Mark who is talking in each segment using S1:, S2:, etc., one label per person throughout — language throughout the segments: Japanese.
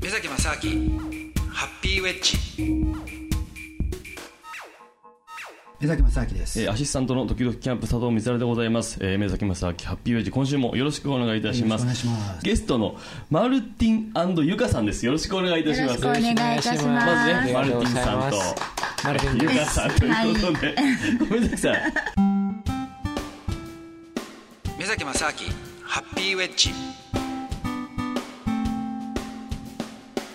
S1: 目崎正明ハッピーウェッジ目崎正明です、
S2: えーアシスタントの時々キャンプ佐藤光晴でございます、えー、目崎正明ハッピーウェッジ今週もよろしくお願いいたします
S1: よろしくお願いします
S2: ゲストのマルティンゆかさんですよろしくお願いいたし
S3: よ
S2: ま
S3: ろ
S2: す
S3: しくお願いいたします。
S2: まず
S4: あ
S2: ね
S4: り
S2: マ
S4: が
S2: ル
S4: と
S2: テ
S4: う
S2: ィン
S4: ござい
S2: さん
S4: ます
S2: と
S4: マルティン
S2: ゆ
S4: です
S2: かさんということで、ごめんなさい
S1: 目崎正明ハッピーウェッジ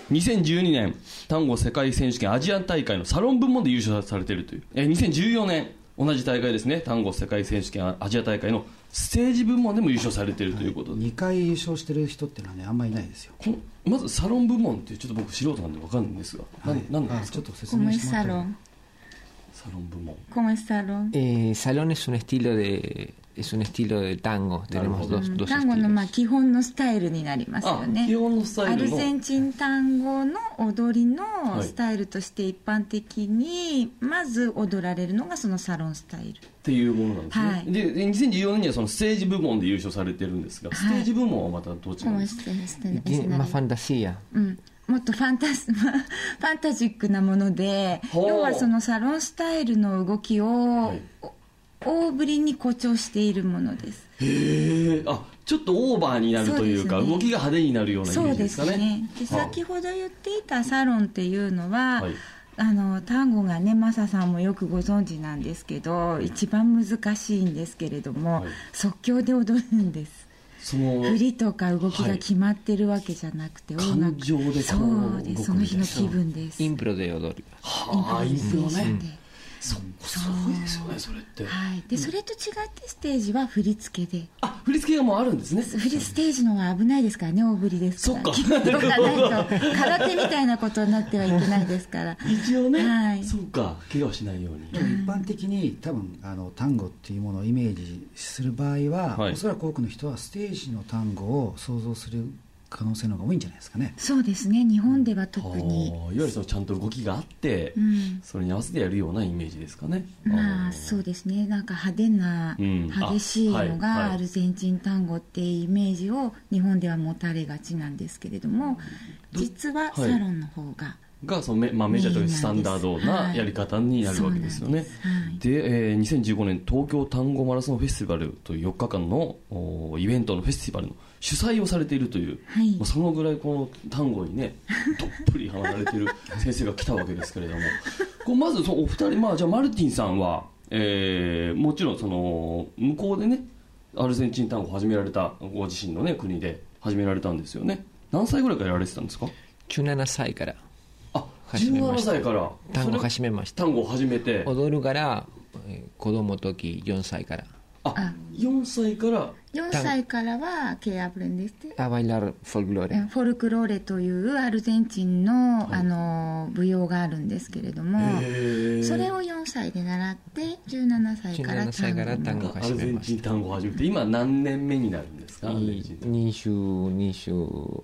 S2: 2012年単語世界選手権アジアン大会のサロン部門で優勝されているという、えー2014年同じ大会ですね単語世界選手権アジア大会のステージ部門でも優勝されているということで、
S1: 2回優勝してる人っていうのはねあんまりいないですよ
S2: このまずサロン部門ってちょっと僕素人なんで分かんないんですが何、
S1: はい
S2: なんなんです
S1: あ
S2: か
S1: ちょっと説
S3: ¿Cómo
S1: 明
S3: es
S1: してもらっても
S3: salón?
S2: サロン部門
S3: ¿Cómo es salón?
S4: Eh, salón es un estilo de es un estilo de tango. Tenemos dos,
S3: うん
S4: dos
S3: 単語のまあ
S4: estilos.
S3: 基本のスタイルになりますよね
S2: あ基本のスタイルの
S3: アルゼンチン単語の踊り
S2: は
S3: の
S2: い
S3: スタイルとして一般的にまず踊られるのがそのサロンスタイル
S2: っていうものなんですね、
S3: はい
S2: でで2014年にはそのステージ部門で優勝されてるんですが、
S3: はい
S2: ステージ部門はまたどっちなんですか
S4: Y tiene más fantasía.
S3: うん、もっとファンタス ファンタジックなもので
S2: ほう
S3: 要はそのサロンスタイルの動きを、
S2: はい
S3: お大ぶりに誇張しているものです
S2: へえあちょっとオーバーになるというか
S3: そうですね
S2: 動きが派手になるようなイメ
S3: そ
S2: ー
S3: う
S2: ジで
S3: ですす
S2: かね
S3: ねで
S2: はい
S3: 先ほど言っていたサロンっていうのは、
S2: はい
S3: あの単語がねマサさんもよくご存知なんですけど一番難しいんですけれど
S2: は
S3: も、
S2: い
S3: 即興で踊るんです
S2: その
S3: 振りとか動きが決まってるわけじゃなくて、音楽
S2: 感情でこう
S3: そうですそ
S2: 動く
S3: の
S2: みた
S3: 日
S2: いな
S3: の気分ですイン
S4: Impro de Odor.
S2: はあイン
S3: プ
S2: プ
S3: ロ
S2: ロ
S3: ビゼーション
S2: ね
S3: で、
S2: そすごいですよねそれって
S3: はい、でそれと違ってステージは振り付けで
S2: あ振り付けがもうあるんですね
S3: 振りステージの方が危ないですからね大振りですから
S2: そっか
S3: 動かないと空手みたいなことになってはいけないです から
S2: 一応ね、
S3: はい
S2: そうか怪我をしないように
S1: でも一般的に多分あの単語っていうものをイメージする場合は、
S2: はい
S1: おそらく多くの人はステージの単語を想像する可能性の方が多いんじゃないですかね
S3: そうですね日本では特
S2: あ
S3: に
S2: ーいわゆるそのちゃんと動きがあって、
S3: うん
S2: それに合わせてやるようなイメージですかね
S3: まあ
S2: ー
S3: そうですねなんか派手な
S2: うんあ
S3: 激しいの
S2: はいは
S3: が
S2: い
S3: アルゼンチン単語っていうイメージを日本では持たれがちなんですけれども
S2: ど
S3: 実はサ
S2: はい
S3: ロンの方が
S2: がそのメ,、まあ、メジャーというスタンダードなやり方になるわけですよね。
S3: そうなん
S2: でえー2015年東京単語マラソンフェスティバルという4日間のおーイベントのフェスティバルの主催をされているという、
S3: はい
S2: まあ、そのぐらいこの単語に ねどっぷりハマられている先生が来たわけですけれどもこうまずそのお二人、まあ、じゃあマルティンさんは、えーもちろんその向こうでねアルゼンチン単語を始められたご自身の、ね、国で始められたんですよね何歳ぐらいからやられてたんですか
S4: Chunana Saikara.
S2: あ
S4: 始めま
S2: 17
S4: した
S2: 歳から
S4: 単
S2: そ
S4: 語を
S2: れ
S4: 始めました。
S2: 単語を始めて
S4: Odoru gara eh, kodomo toki 4 saikara.
S2: あ4歳から
S3: 4歳からはケアブレンですって
S4: A bailar folclore.
S3: フォルクローレというアルゼンチンの,、
S2: はい
S3: あの舞踊があるんですけれども
S2: へえ
S3: それを4歳で習って17歳から
S4: 17歳から
S3: 単
S4: 単
S3: 語
S4: 語
S3: も
S2: アルゼンチン単語を始めて今何年目になるんですかアルゼンチン単語
S4: Nishu, Nishu,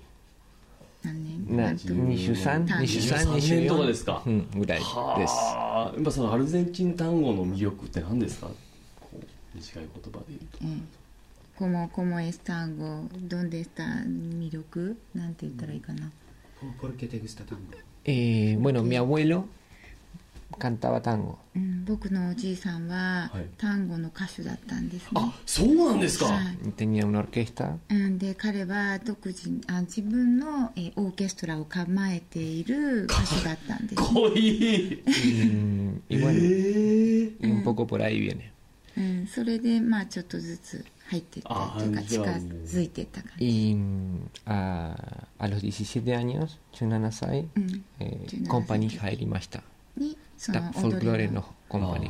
S3: 何年
S4: na, Nishu-san,
S3: 単語
S4: Nishu-san,
S2: 23年とかですか
S4: Nishu-4 ぐらい
S2: Ah.
S4: です。
S2: はあやっぱそのアルゼンチン単語の魅力って何ですかこう短い言葉で言うと
S3: コモコモエス単語どんでした魅力なんて言ったらいいかな、
S1: ポルケテグスタ単語
S4: Eh, bueno, mi abuelo cantaba tango.
S3: うん、僕のおじいさんは
S2: はい
S3: 単語の歌手だったんですね、
S2: あそうなんですか、
S3: はい
S4: Tenía una orquesta.
S3: うん、で彼は独自にあ自分の、えーオーケストラを構えている歌手だったんです、
S2: 濃い
S4: Mm,
S2: Eh.
S4: Y bueno,
S2: ええ
S4: y un poco por ahí viene.
S3: うん、それでまあちょっとずつ入っていったというか
S2: あじゃ
S3: 近
S2: あ
S3: づいていった感じ
S4: Y mm, a, a los 17 años, Chunanasai,
S3: Mm,
S4: eh,
S3: Chunanasai.
S4: company Jairimashita.
S3: にその
S4: Ta-
S3: 踊り
S4: Folklore
S3: の
S4: no company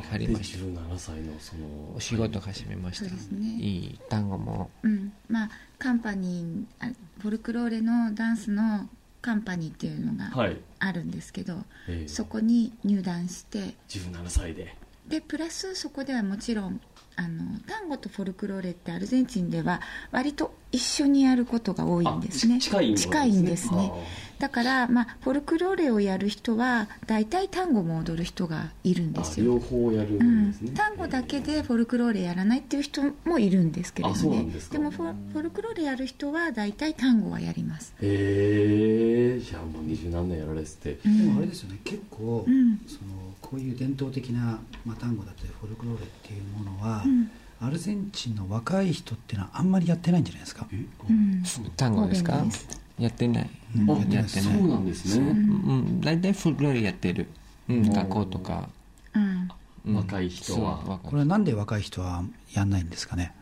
S2: で
S4: Jairimashita.
S2: 17歳のその
S4: Oshigoto hashimemashita.
S3: Sodesuね。
S4: Y tango mo
S3: うんまあ、カンパニーあフォルクローレのダンスのカンパニーっていうの
S2: は
S3: が
S2: い、
S3: あるんですけど、
S2: ええ
S3: そこに入団して
S2: 17歳で
S3: でプラスそこではもちろんあの単語とフォルクローレってアルゼンチンでは割と一緒にやることが多いんですね
S2: あ近いものですね
S3: 近いんですね
S2: あ
S3: だから、まあ、フォルクローレをやる人は大体単語も踊る人がいるんですよ
S2: 両方やる
S3: うん
S2: ですね、
S3: ん、単語だけでフォルクローレやらないっていう人もいるんですけれど
S2: あそうな
S3: ね
S2: んですか
S3: もフォフォルクローレやる人は大体単語はやります、
S2: へえじゃあもう二十何年やられてて
S3: うん
S1: でもあれですよね結構、
S3: うん
S1: そのこういう伝統的な、まあ、単語だったりフォルクローレっていうものは、
S3: うん
S1: アルゼンチンの若い人っていうのはあんまりやってないんじゃないですか、
S2: え
S3: うん
S4: 単語です
S3: そう
S4: か
S3: なんです
S4: やってない、
S1: うん
S2: あ
S1: やってない
S2: そ
S1: です
S2: うなんですね、
S4: うん、大体フォルクローレやってる、うん、学校とか、
S3: うん
S4: うん
S2: 若い人は
S4: そう若い
S1: これはなんで若い人はやんないんですかね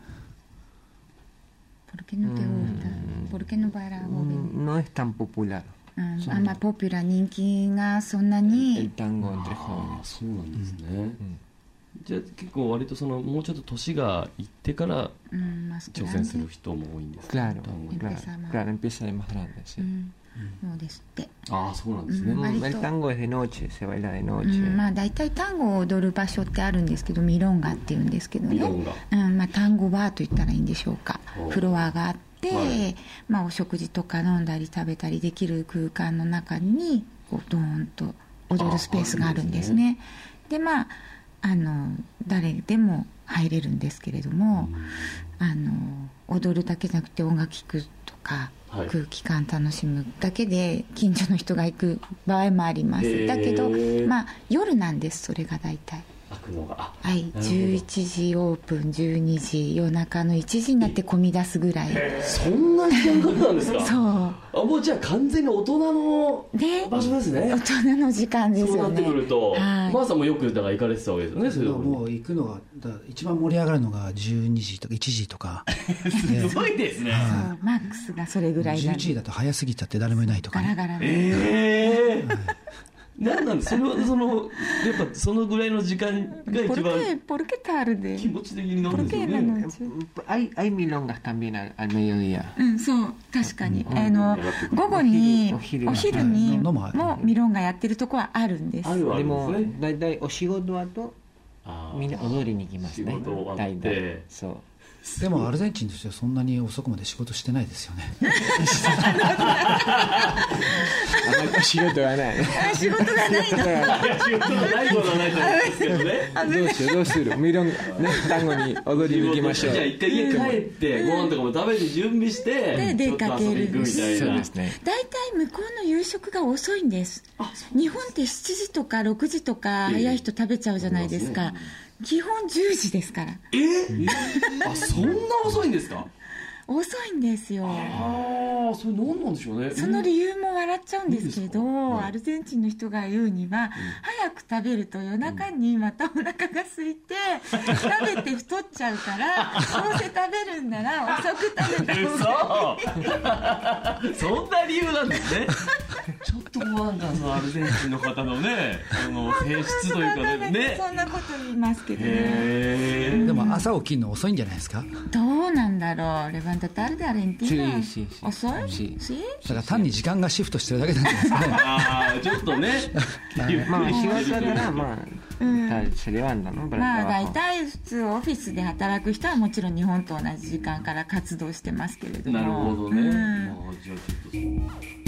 S3: ポルケノテオータポルケノバラゴーベン
S4: no es tan popular
S3: うんあんまポピュラー人気がそんな
S4: el
S3: に
S4: tango entre
S2: ああ
S4: jóvenes.
S2: そうなんですね、
S4: ん
S2: じゃあ結構割とそのもうちょっと年がいってから
S3: うんまあ
S2: 挑戦する人も多いんですね
S4: Claro,
S2: 単語
S4: claro,
S3: Empezamos.
S4: claro, empieza de más grande, sí.
S3: うんそうですって、
S2: ああそうなんですね、
S3: うん
S4: Mm,
S3: Marito.
S4: el tango es de noche, se baila de
S3: う
S4: noche.
S3: ん、まあ大体単語を踊る場所ってあるんですけどミロンガっていうんですけどね
S2: 理論が
S3: うんまあ、単語バーと言ったらいいんでしょうか
S2: お
S3: フロアがあって、
S2: はい
S3: まあ、お食事とか飲んだり食べたりできる空間の中にこうドーンと踊るスペースがあるんですねでまああの誰でも入れるんですけれども、あの踊るだけじゃなくて音楽聴くとか、
S2: はい
S3: 空気感楽しむだけで近所の人が行く場合もあります、
S2: へー
S3: だけど、まあ、夜なんですそれが大体。
S2: 開くのがあ
S3: はい、
S2: なるほど
S3: 11時オープン12時夜中の1時になって混み出すぐらい
S2: そんな時間かかるんですか
S3: そ
S2: あもうじゃあ完全に大人の
S3: うで
S2: 場所ですね
S3: 大人の時間です
S2: そうな
S3: よ
S2: っ
S3: ね
S2: てくると、
S3: はい
S2: マーさんもよくだから行かれてたわけですよねそういうとこ
S1: もう行くのはだから一番盛り上がるのが12時とか1時とか
S2: ろすごいですね
S3: そうマックスがそれぐらい
S1: 11
S3: なんで
S1: 時だと早すぎちゃって誰もいないとか
S3: ガ
S1: ね、
S3: ラガラの
S2: ええなんなんですそれはそのやっぱそのぐらいの時間が
S3: ポ
S2: 一
S3: ルケ
S2: 番
S3: ポルケタールで
S2: 気持ち的にな
S3: ポ
S2: るん
S3: ル
S2: です
S3: ケ
S2: よ
S3: な
S2: ね
S3: のうち
S4: Eh, Hay, hay milongas también al, al mediodía.
S3: うんそう確かに、あの午後に
S4: お
S3: お
S4: 昼
S3: 昼
S4: お昼
S1: は
S3: に
S1: いどうも
S3: もミロンがやってるとこはあるんです
S2: あるはあ
S4: De
S2: るん
S4: mo,
S2: ですね
S4: dai, dai, o shigoto ato,
S2: あー
S4: mina odori ni kimasu ne.
S2: 仕事終わって
S4: Dai, dai. So.
S1: でもアルゼンチンとしてはそんなに遅くまで仕事してないですよね
S4: Amai shigoto ga nai.
S3: あ仕事がない
S2: い
S3: の
S2: や仕事がないことはないと思うんですけどね
S4: どうしようどうする milonga, ne, tango ni odori
S2: 仕
S4: ni
S2: 事
S4: kimasho.
S2: じゃあ一回家帰ってご飯とかも食べて準備して、
S3: で
S2: ちょ
S3: 出
S2: っと
S3: か
S2: 遊
S3: け
S2: び
S3: る
S2: 行くみたい
S4: そう
S2: な
S4: ですね。
S3: 大体向こうの夕食が遅いんです日本って7時とか6時とか
S2: ええ
S3: 早い人食べちゃうじゃないですか、基本10時ですから
S2: えあそんな遅いんですか
S3: 遅いんですよ
S2: ああそれ何なんでしょうね
S3: その理由も笑っちゃうんですけど
S2: いいですかはい
S3: アルゼンチンの人が言うには、早く食べると夜中にまたお腹が空い て、食べて太っちゃうから どうせ食べるんなら遅く 食べた方が
S2: 嘘そんな理由なんですねちょっともなんかそのアルゼンチンの方のねあの性質というかねね
S3: そんなこと言いますけどね
S2: へ
S1: でも朝起きるの遅いんじゃないですか
S3: どうなんだろうレバンタタルでアレンティーナ
S4: しし
S3: 遅い
S4: し
S3: し
S1: だから単に時間がシフトしてるだけなんですか
S2: え
S1: ね
S2: ああちょっとねゆっく
S4: まあ
S2: り
S4: 仕事
S2: して
S4: だ
S2: る
S4: からまあ、たせりわんだのブ
S3: まあ大
S4: ラジルは
S3: 体普通オフィスで働く人はもちろん日本と同じ時間から活動してますけれど も
S2: なるほどね、
S3: うん
S2: まあじゃあちょっと